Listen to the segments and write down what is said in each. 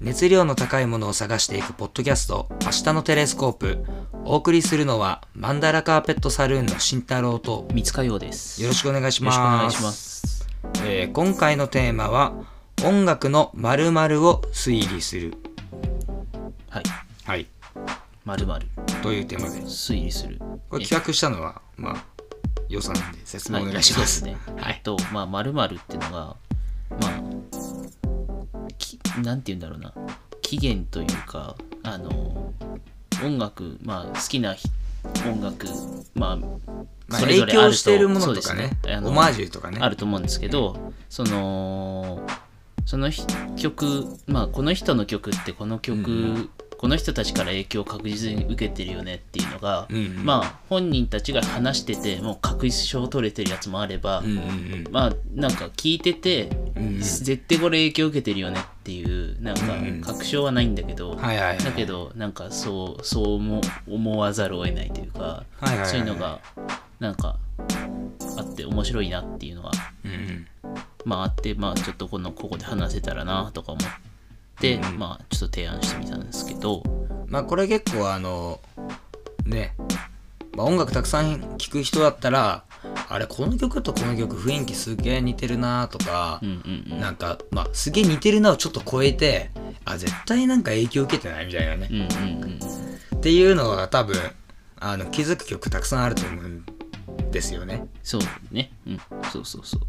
熱量の高いものを探していくポッドキャスト「明日のテレスコープ」お送りするのはマンダラカーペットサルーンの慎太郎と三塚洋ですよろしくお願いしよまろすしくお願いしますえー今回のテーマは「音楽の〇〇を推理するはい」はい、まるまるというテーマで推理するこれ企画したのはまあ予算なんで説明お願いします、はいそうですねはえっいとまあまるまるってのがまあきなんて言うんだろうな起源というかあの音楽まあ好きなひ音楽まあまあ、それぞ影れあ響るとしているもそのうでとすかねあのオマージュとかねあると思うんですけどそのそのひ曲まあこの人の曲ってこの曲、うんうこの人たちから影響を確実に受けてるよねっていうのが、うんうんまあ本人たちが話しててもう確証取れてるやつもあれば、うんうんうんまあなんか聞いてて、うんうん絶対これ影響受けてるよねっていうなんかうんうん確証はないんだけはど、いはいはいだけどなんかそうそう思思わざるを得ないというか、はいはいはいそういうのがなんかあって面白いなっていうのはうんうんまああってまあちょっとこのここで話せたらなとか思って、うんまあちょっと提案してみたんですけどまあこれ結構あのね、まあ、音楽たくさん聴く人だったらあれこの曲とこの曲雰囲気すげえ似てるなとかうん、うんうんなんか、まあ、すげえ似てるなをちょっと超えてあ絶対なんか影響受けてないみたいなね、うんうんうんっていうのが多分あの気づく曲たくさんあると思うんですよね。そうねうんそうそうそう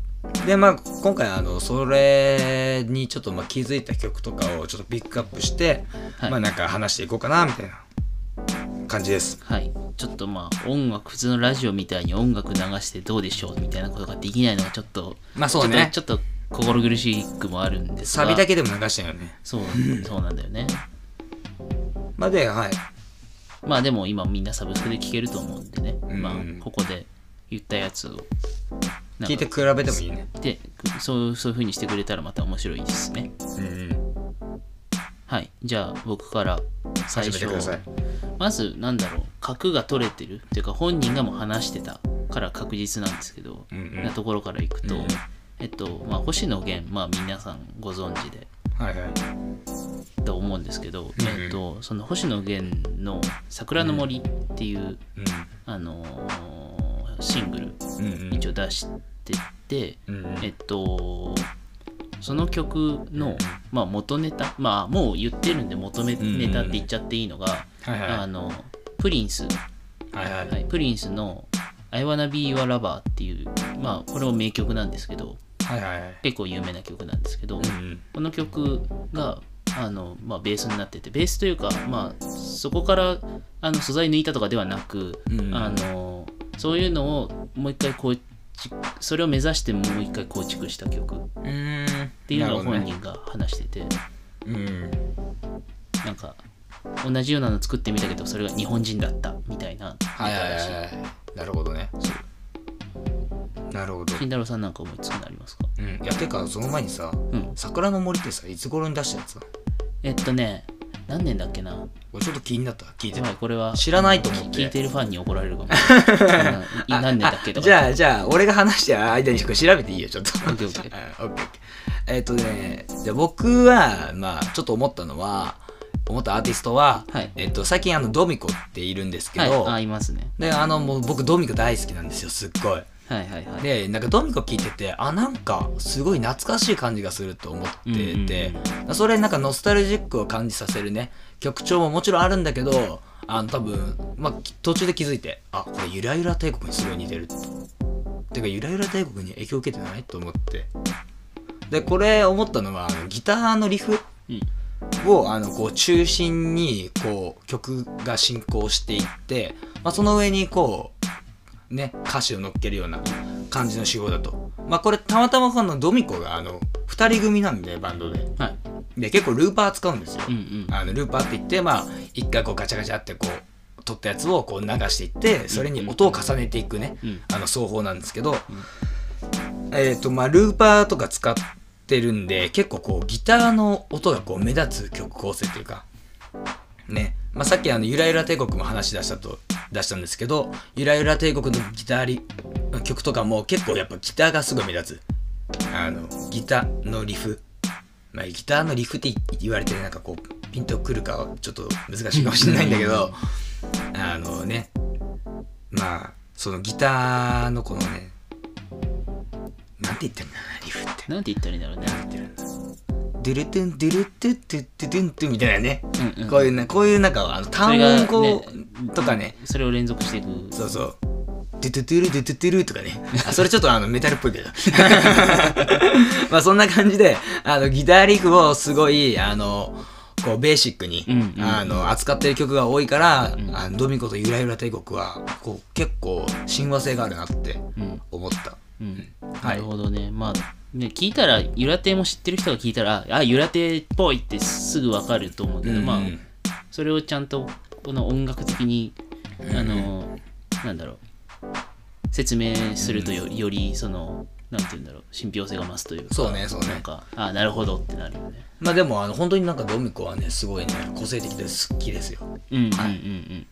でまあ今回あのそれにちょっとまあ気づいた曲とかをちょっとピックアップして、はいまあなんか話していこうかなみたいな感じです。はいちょっとまあ音楽普通のラジオみたいに音楽流してどうでしょうみたいなことができないのがちょっとまあそうねちょっとちょっと心苦しくもあるんですがサビだけでも流したよね。そうそうなんだよねまあで、はい。まあでも今みんなサブスクで聴けると思うんでね、うんまあここで言ったやつをなんか聞いて比べてもいいね。でそうそういう風にしてくれたらまた面白いですねうんうん。はいじゃあ僕から最始めて初ください。まずなんだろう角が取れてるっていうか本人がもう話してたから確実なんですけど、うんうんなところからいくと、うんうんえっとまあ星野源まあ皆さんご存知ではいはい。と思うんですけんど、うんえっとその星野源の「桜の森」っていう、あのーシングルうん。うんうん。一応出してて、うんうんえっとその曲の、まあ、元ネタまあもう言ってるんで元ネんうんタって言っちゃっていいのが、はいはいあのプリンス、はいはい。はいプリンスの「I wanna be your lover」っていうまあこれも名曲なんですけどはいはいはい。結構有名な曲なんですけど、うんうん。この曲があの、まあ、ベースになっててベースというか、まあ、そこからあの素材抜いたとかではなく、うんあのそういうのをもう一回構築それを目指してもう一回構築した曲っうーん。っていうのを本人が話しててな,、うん。んか同じようなの作ってみたけどそれが日本人だったみたいなはいはいはいはい。なるほどね。なるほど。慎太郎さんなんか思いつくのありますかうん。いや、てか、その前にさ、うん桜の森ってさ、いつ頃に出したやつだえっとね何年だっけな俺ちょっと気になった。聞いてやばいこれは知らないと思って。聞いてるファンに怒ら れるかもそんない何年だっけとかじゃあ、じゃあ、俺が話してる間にこれ調べていいよ、ちょっと。オッケーオッケーうんオッケーオッケーえっ、とね、じゃあ僕は、まあ、ちょっと思ったのは、思ったアーティストは、はいえっと、最近あの、ドミコっているんですけど、はい、あいますねで、あの、もう僕ドミコ大好きなんですよ、すっごい。はいはいはいで、なんかドミコ聞いてて、あ、なんか、すごい懐かしい感じがすると思っててうん、それなんかノスタルジックを感じさせるね、曲調ももちろんあるんだけど、あの、多分、まあ、き途中で気づいて、あ、これゆらゆら帝国にすごい似てる。てか、ゆらゆら帝国に影響受けてないと思って。で、これ思ったのは、あのギターのリフうんをあのこう中心にこう曲が進行していって、まあ、その上にこうね歌詞を乗っけるような感じの手法だと、まあ、これたまたまこのドミコがあの2人組なんでバンドではいで結構ルーパー使うんですよ、うんうんあのルーパーって言ってまあ一回こうガチャガチャってこう取ったやつをこう流していってそれに音を重ねていくね、うんあの奏法なんですけど、えっ、とまあルーパーとか使ってるんで結構こうギターの音がこう目立つ曲構成というかね、まあ、さっきあのゆらゆら帝国も話し出したと出したんですけどゆらゆら帝国のギターリ曲とかも結構やっぱギターがすごい目立つあのギターのリフまあ、ギターのリフって言われてなんかこうピンとくるかはちょっと難しいかもしれないんだけどあのねまあそのギターのこのねなんて言ってるんだろうなリフってなんて言ったらいいんだろうねなんて言うんだろうドゥルトゥンドゥルトゥットゥットゥトゥントゥンみたいなねうんうんこういうなこういうなんかあの単音こうとかねそれを連続していくそうそう。ドゥトゥトゥルドゥトゥトゥルとか ね。あ、それちょっとあのメタルっぽいけど。 まあそんな感じで、あのギターリフをすごい、あの、こうベーシックに、うんうんあの扱ってる曲が多いから、んあのドミコとゆらゆら帝国はこう結構親和性があるなってうん思った。うんはないるほどねまあね聞いたらゆら亭も知ってる人が聞いたらあゆら亭っぽいってすぐわかると思うけど、まあうんそれをちゃんとこの音楽的にあのなんだろう説明するとよよりそのなんて言うんだろう信憑性が増すというかそうね、そうねなん。かあなるほどってなるよねまあでもあの本当になんかドミコはね、すごいね、個性的で好きですよ。うんうんうんはいうん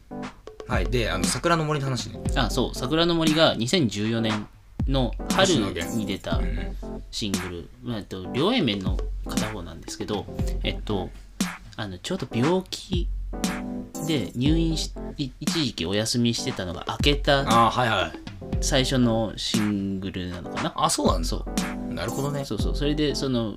はい。で、あの桜の森の話ね。あそう「桜の森」が2014年の春に出たうんシングル、えっと、両 A 面の片方なんですけどえっとあのちょうど病気で入院しい一時期お休みしてたのが明けたああ、はいはい。最初のシングルなのかなあ、そうなんだ。そうなるほどね。そうそうそれでその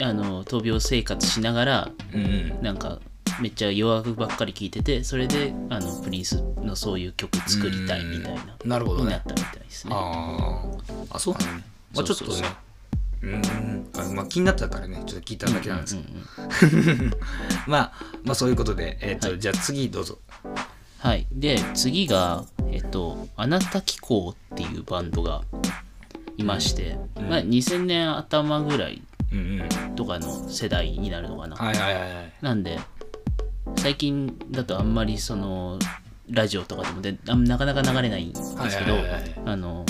あの闘病生活しながらうんうん。なんかめっちゃ洋楽ばっかり聴いててそれであのプリンスのそういう曲作りたいみたいなうんなるほどにねなったみたいですねあーあ、そうなのね。まあちょっとそうそうねそう、うん、あのまあ気になったからね、ちょっと聞いただけなんですうけんど、うん うんまあ、まあそういうことで、えっ、と、はいじゃあ次どうぞ。はいで次がえっと「あなた気候」っていうバンドがいまして、うんまあ、2000年頭ぐらいうんうん。はいとかの世代になるのかな、はいはいはい。なんで最近だとあんまりそのラジオとかでもであんなかなか流れないんですけどはいはいはいはいあの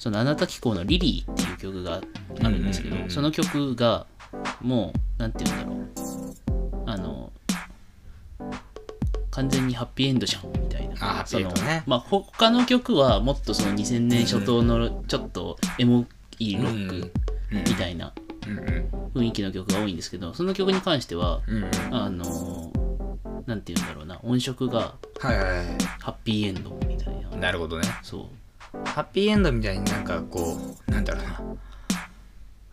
その「あなた気候」の「リリー」っていう曲があるんですけうんど、うんうんうんその曲がもうなんて言うんだろうあの完全にハッピーエンドじゃんみたいなあハッピーエンドねそのまあ、他の曲はもっとその2000年初頭のちょっとエモいロックうんみたいなうんうん。雰囲気の曲が多いんですけどその曲に関してはうんうん。あのーなんて言うんだろうな音色がはいはいは。ハッピーエンドみたいないなるほどね。そハッピーエンドみたいになんかこう、なんだろ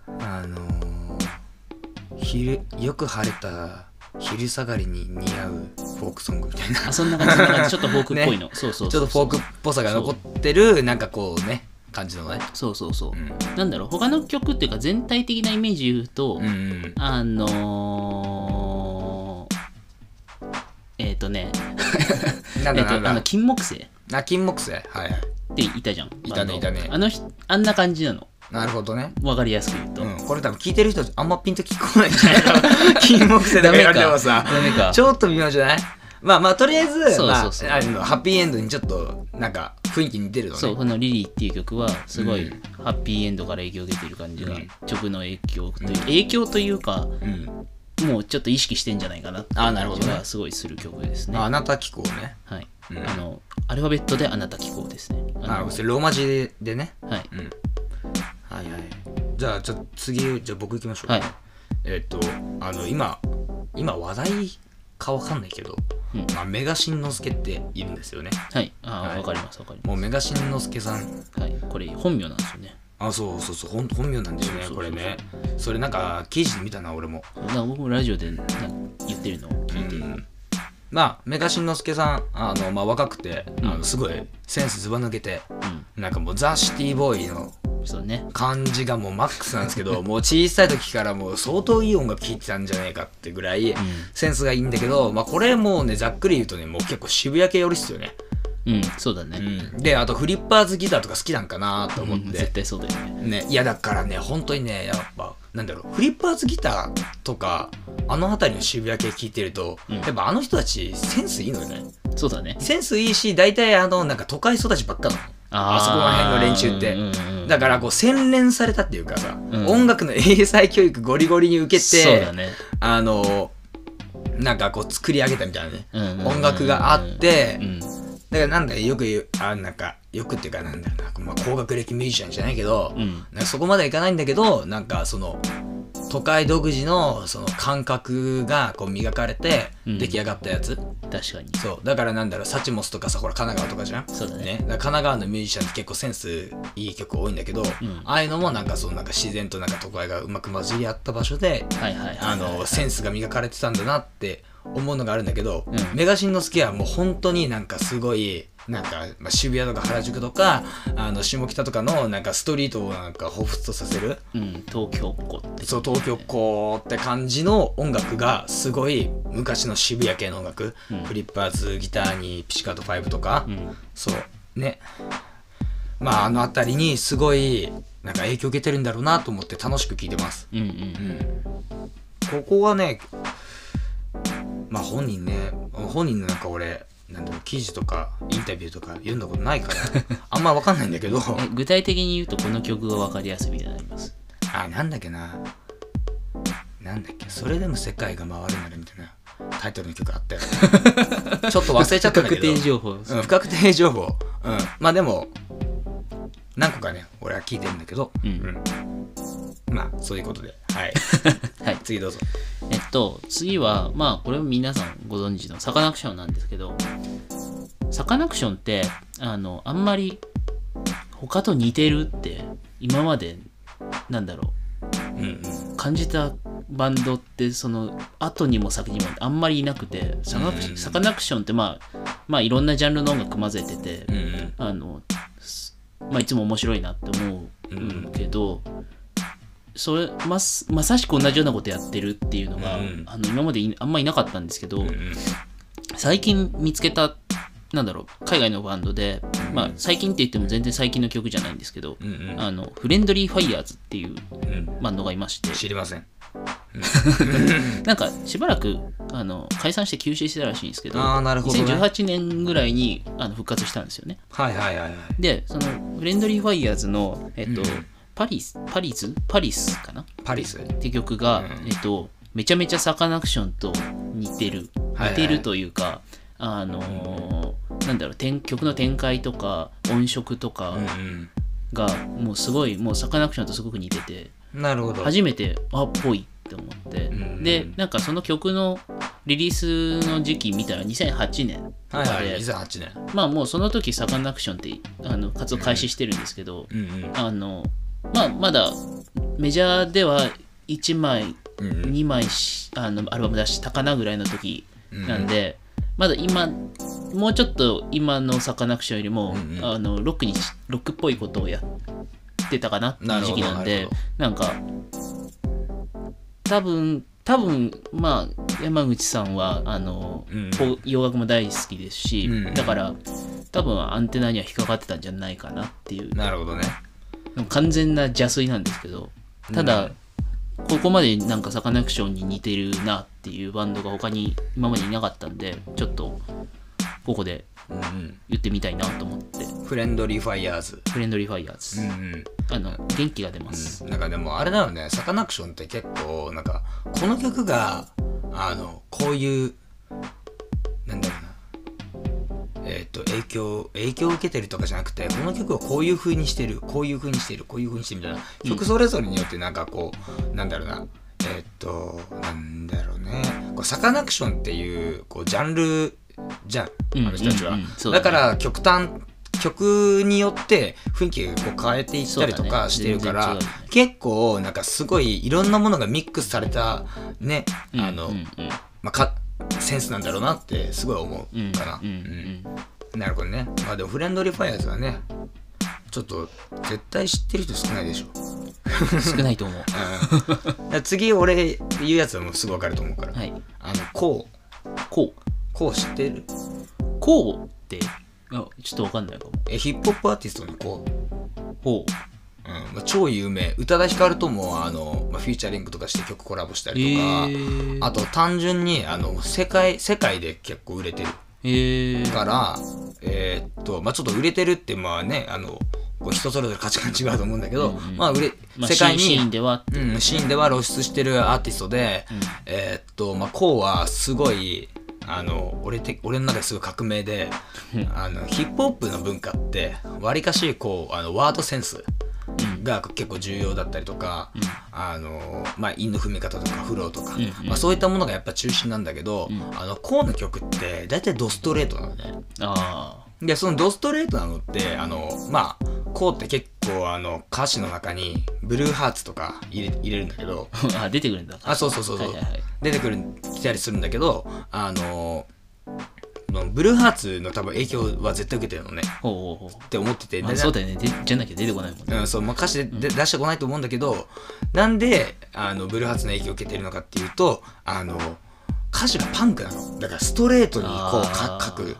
うな。あのー、昼、よく晴れた昼下がりに似合うフォークソングみたいなう。あそんな感じそんな感じちょっとフォークっぽいの、そうそうちょそっとうフォークっぽさが残ってるなんかこうね感じのねそうそうそう、うんなんだろう他の曲っていうか全体的なイメージ言うと、うんうんあのーえっ、とね、なんえだっとなあんだの金木星っあ金木犀はいはいていたじゃんいたねバンドいたねあの人あんな感じなのなるほどねわかりやすく言うと、うん、これ多分聞いてる人あんまピンと聞こないんじゃないの 金木犀だけ選んでもさダメかちょっと微妙じゃないまあまあとりあえずそうまあそうそうあのハッピーエンドにちょっとなんか雰囲気似てるのねそうこの「リリー」っていう曲はすごいうんハッピーエンドから影響を受けてる感じがうん曲の影響という影響というかうんもうちょっと意識してんじゃないかなっていうあーなるほ感どじねがすごいする曲ですねああなた気候ねはいうんあのアルファベットで「あなた気候」ですねああのそれローマ字ででねはいうんはいはいじゃあちょっと次じゃあ僕行きましょうかはいねえっとあの今今話題かわかんないけど、うんまあ、メガしんのすけっているんですよねはいあはーいわかりますわかりまもうメガしんのすけさんすはいこれ本名なんですよねあそうそうそう本本名なんだよねそうそうそうこれねそれなんか記事で見たな俺も、だから僕もラジオでなんか言ってるのを聞いてまあメガしんのすけさんあの、まあ、若くて、うんあのすごいセンスずば抜けてうんなんかもうザ・シティボーイのそうね感じがもうマックスなんですけ どもう小さい時からもう相当いい音楽聴いてたんじゃないかってぐらいセンスがいいんだけど、まあ、これもうねざっくり言うとねもう結構渋谷系寄りっすよね、うんそうだねうん、であとフリッパーズギターとか好きなんかなと思っうん絶て、対そうだよねね、いやだからね本当にねやっぱなんだろうフリッパーズギターとかあの辺りの渋谷系聴いてると、うんやっぱあの人たちセンスいいのよねそうだねセンスいいし大体あのなんか都会育ちばっかなのあそこら辺の連中って、だからこう洗練されたっていうかさ、うん音楽の英才教育ゴリゴリに受けそうだて、ねあのなんかこう作り上げたみたいなね、うんうんうんうん音楽があって、うんだからなんだよく言うあなんかよくっていうかなんだろうな、まあ、高学歴ミュージシャンじゃないけど、うんなんかそこまではいかないんだけどなんかその都会独自のその感覚がこう磨かれてうん出来上がったやつ、確かにそうだからなんだろうサチモスとかさほら神奈川とかじゃんそうだねだから神奈川のミュージシャンって結構センスいい曲多いんだけど、んああいうのもなんかそうなんか自然となんか都会がうまく混じり合った場所ではいはいはいはいあのセンスが磨かれてたんだなって思うのがあるんだけど、うんメガシンの好きはもう本当になんかすごいなんかまあ渋谷とか原宿とかあの下北とかのなんかストリートをなんか彷彿とさせるうん東京っ子ってそう東京っ子って感じの音楽がすごい昔の渋谷系の音楽、うんフリッパーズギターにピチカート5とか、うんそうねまああの辺りにすごいなんか影響受けてるんだろうなと思って楽しく聴いてますうんううんんここはねまあ本人ね本人のなんか俺なんだろう記事とかインタビューとか読んだことないから あんま分かんないんだけどえ具体的に言うとこの曲が分かりやすいみたいになりますあなんだっけななんだっけそれでも世界が回るならみたいなタイトルの曲あ ったよ、ね、ちょっと忘れちゃったんだけ確ど定情報うん、不確定情報うんまあでも何個かね俺は聞いてるんだけど、うんうんまあそういうことではい はい次どうぞえっと次はまあこれも皆さんご存知のサカナクションなんですけどサカナクションってあのあんまり他と似てるって今までなんだろうんうんう感じたバンドってその後にも先にもあんまりいなくてサカナクショうんンサカナクションってまあまあいろんなジャンルの音楽混ぜてて、うんうんあの、すまあ、いつも面白いなって思ううんけど、それまさまさしく同じようなことやってるっていうのが、うんあの今までいあんまいなかったんですけど、うんうん最近見つけたなんだろう海外のバンドで、まあ、最近って言っても全然最近の曲じゃないんですけど、うんうんあのフレンドリーファイヤーズっていううんバンドがいまして知りませんなんかしばらくあの解散して休止してたらしいんですけどあーなるほどね2018年ぐらいにあの復活したんですよね。はいはいはいはいでそのフレンドリーファイヤーズの、えっとうんパリスパリズパリスかなっパリスて曲が、うんえっとめちゃめちゃサカナクションと似てるはいはい似てるというか、あのーなんだろう展曲の展開とか音色とかうんうんが、もうすごいもうサカナクションとすごく似ててなるほど初めてあっぽいって思って、んでなんかその曲のリリースの時期見たら2008年とはいかはいで、2008年まあもうその時サカナクションってあの活動開始してるんですけど、うんあの、まあ、まだメジャーでは1枚、うんうん2枚しあのアルバム出したかなぐらいの時うんなんで、まだ今、もうちょっと今のサカナクションよりうも、んうんあのロックにしロックっぽいことをやってたかなってないうるほ時ど期なんなるでほど、なんか、多分多分まあ山口さんはあの、うんこう洋楽も大好きですし、うんだから多分アンテナには引っかかってたんじゃないかなっていうなるほどね完全な邪推なんですけどただ、ここまでなんかサカナクションに似てるなっていうバンドが他に今までいなかったんでちょっとここでうんうん言ってみたいなと思ってフレンドリーファイヤーズフレンドリーファイヤーズ、うんうんあの元気が出ます、なんかでもあれだよねサカナクションって結構なんかこの曲があのこういうなんだろうなえっ、と影響影響を受けてるとかじゃなくてこの曲をこういう風にしてるこういう風にしてるこういう風にしてるみたいな曲それぞれによってなんかこう、なんだろうなえっ、となんだろうねこうサカナクションっていうこうジャンルじゃんうんあの人たちは、うんうんそうだだねから極端曲によって雰囲気がこう変えていったりとかしてるかそら、うだね全然違うよね結構なんかすごいいろんなものがミックスされたね、あの、うんうんまあ、かセンスなんだろうなってすごい思うんうんうかな、うんうんなるほどねまあでもフレンドリーファイヤーズはねちょっと絶対知ってる人少ないでしょ、うん少ないと思う うん、だ次俺言うやつはもうすぐ分かると思うから、はいあのこうこうこう知ってるこうってあちょっとわかんないかもえヒップホップアーティストのこうほううんまあ、超有名宇多田ヒカルともあの、まあ、フィーチャリングとかして曲コラボしたえりとか、ー、あと単純にあの世界世界で結構売れてるえー、からえーっとまあちょっと売れてるってまあねあのこう人それぞれ価値観違うと思うんだけど、うんうんまあ売れまあ、世界シーンに、ではうん、シーンでは露出してるアーティストで、んえーっとまあこうはすごいあの俺て俺の中ですごい革命でうんあのヒップホップの文化ってわりかしこうあのワードセンスが結構重要だったりとか、あのまあ、韻の踏み方とかフローとか、うんうんまあ、そういったものがやっぱ中心なんだけど、うんあのコーの曲って大体ドストレートなのね。あでそのドストレートなのってあのまあコーって結構あの歌詞の中にブルーハーツとか入れ入れるんだけどー あ出てくるんだあそうそうそうそう、はいはいはい出てくる来たりするんだけどあのブルーハーツの多分影響は絶対受けてるのねほうほうほって思ってて、う、まであ、そうだよねでじゃなきゃ出てこないもんねうん、そう、まあ、歌詞でで出してこないと思うんだけど、なんで、あの、ブルーハーツの影響を受けてるのかっていうと、あの、歌詞がパンクなの。だからストレートにこうかあー書く。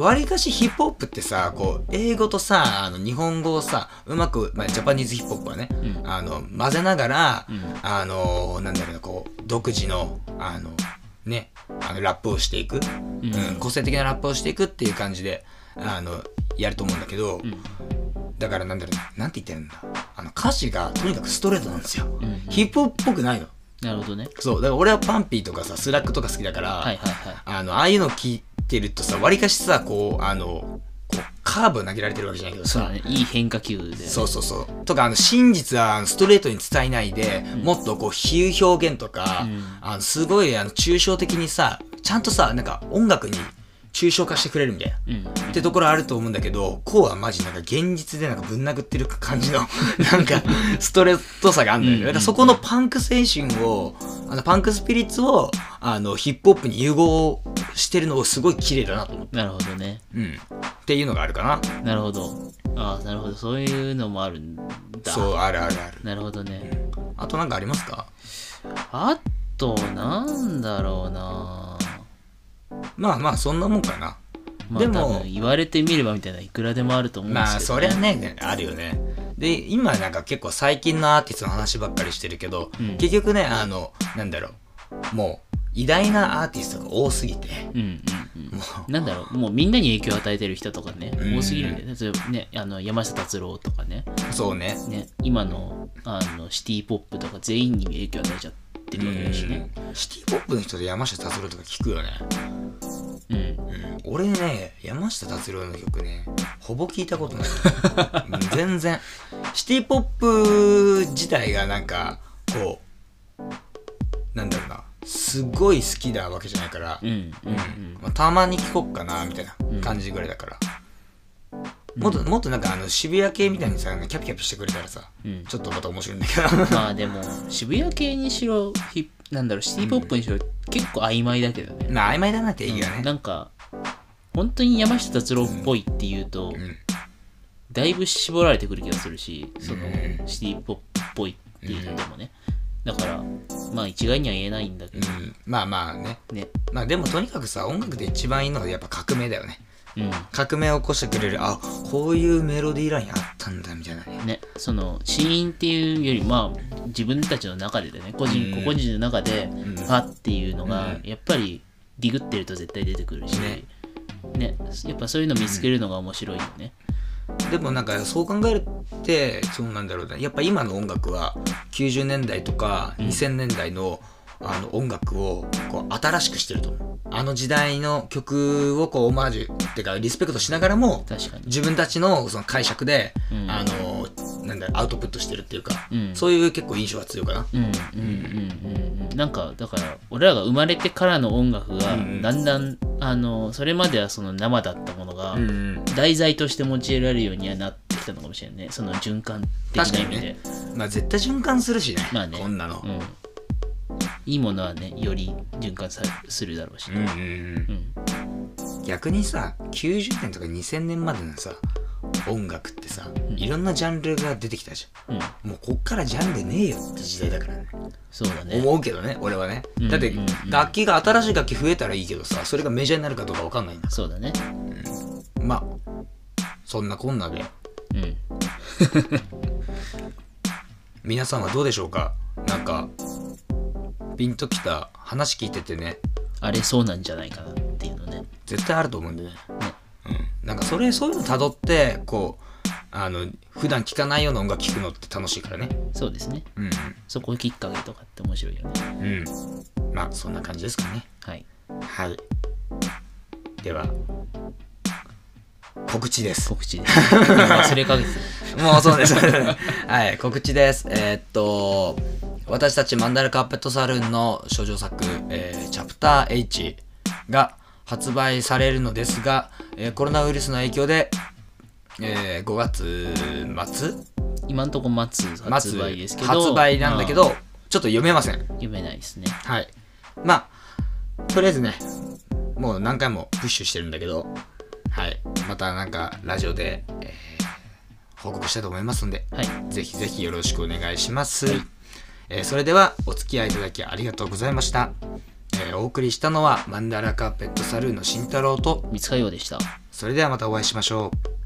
わりかしヒップホップってさ、こう、英語とさ、あの、日本語をさ、うまく、まあ、ジャパニーズヒップホップはね、うんあの、混ぜながら、うんあの、なんだろうな、こう、独自の、あの、ね、あの、ラップをしていく。うんうん、個性的なラップをしていくっていう感じで、あの、やると思うんだけど、うんだからなんだろうなんて言ってるんだあの歌詞がとにかくストレートなんですよ、うんヒップホップっぽくないのなるほどねそうだから俺はパンピーとかさスラックとか好きだから、はいはいはいあのああいうの聞いてるとさわりかしさこうあのこうカーブ投げられてるわけじゃないけどそうださねいい変化球でそうそうそうとかあの真実はあのストレートに伝えないで、もっとこう比喩表現とか、うんあのすごいあの抽象的にさちゃんとさなんか音楽に抽象化してくれるみたいなうんってところあると思うんだけど、こうはマジなんか現実でなんかぶん殴ってる感じの、 なんかストレートさがあるんだようんうね。だんからそこのパンク精神を、あのパンクスピリッツを、あのヒップホップに融合してるのをすごい綺麗だなと思って。なるほどねうん。っていうのがあるかな。なるほどああなるほどそういうのもあるんだそう、あるあるある。なるほどね、あとなんかありますかあとなんだろうなまあまあ、そんなもんかな。まあででもも言われてみればみたいないくらでもあると思うんでまあ、すけど、そりゃね、あるよね。で、今なんか結構最近のアーティストの話ばっかりしてるけど、うん結局ね、あの、なんだろう、もう、偉大なアーティストが多すぎて、うんうんうんもなんだろうもうみんなに影響を与えてる人とかねうん多すぎるんで例えばねあの山下達郎とかねう、そうね。ね今のあのシティ・ポップとか全員に影響を与えちゃってうるわけだしねん、シティポップの人で山下達郎とか聞くよね。うん、うん、俺ね、山下達郎の曲ね、ほぼ聞いたこと ない。うん全然。シティポップ自体がなんか、こう、なんだろうな、すごい好きなわけじゃないから、うんうんうんまあ、たまに聞こっかなみたいな感じぐらいだから、もっともっとなんかあの渋谷系みたいにさキャピキャピしてくれたらさ、うんちょっとまた面白いんだけど まあでも渋谷系にしろヒなんだろうシティ・ポップにしろ、結構曖昧だけどねまあ曖昧だなっていいよね、なんか本当に山下達郎っぽいっていうと、んだいぶ絞られてくる気がするしその、うんシティポップっぽいっていうのでもね、だからまあ一概には言えないんだけうどん、まあまあねねまあでもとにかくさ音楽で一番いいのはやっぱ革命だよねうん革命を起こしてくれるあこういうメロディーラインあったんだみたいなねねその死因っていうよりまあ自分たちの中ででね個人、うん個々人の中でんパっていうのがうやっぱりディグってると絶対出てくるしねねやっぱそういうの見つけるのが面白いよね、でもなんかそう考えるってそうなんだろうねやっぱ今の音楽は90年代とかん2000年代の,、あの音楽をこう新しくしてると思うあの時代の曲をこうオマージュっていうかリスペクトしながらも確かに自分たちのその解釈で、うんあのなんだろうアウトプットしてるっていうか、うんそういう結構印象が強いかなうんうんうんうんうんなんかだから俺らが生まれてからの音楽がうんだんだんあのそれまではその生だったものがん題材として用いられるようにはなってきたのかもしれないねその循環的確かな意に味で、ねまあ絶対循環するしね,、まあねこんなの、うん、いいものはねより循環さするだろうし、うんうんうんうん逆にさ90年とか2000年までのさ音楽ってさいろんなジャンルが出てきたじうん、ゃんもうこっからジャンルねえよって時代だからねそうだね思うけどね俺はねうんだってうんうん楽器が新しい楽器増えたらいいけどさそれがメジャーになるかどうかわかんないんだそうだねまあそんなこんなでうん皆さんはどうでしょうかなんかピンときた話聞いててねあれそうなんじゃないかなっていうのね絶対あると思うんでねねうんなんかそれそういうのたどってこうあの普段聞かないような音楽聞くのって楽しいからねそうですねうんそこきっかけとかって面白いよねうん、まあそんな感じですかねはいはいでは告知です告知で す忘れかけてたもうそうですはい告知ですえーっと私たちマンダラカーペットサルーンの少女作、えーチャプター H が発売されるのですが、えーコロナウイルスの影響で、えー5月末今んとこ待つ発売ですけど発売なんだけど、まあちょっと読めません読めないですねはいまあとりあえずねもう何回もプッシュしてるんだけどはいまたなんかラジオで、えー報告したいと思いますんではいぜひぜひよろしくお願いします、えーそれではお付き合いいただきありがとうございました、えーお送りしたのはマンダラカーペットサルーンの慎太郎と三塚洋でしたそれではまたお会いしましょう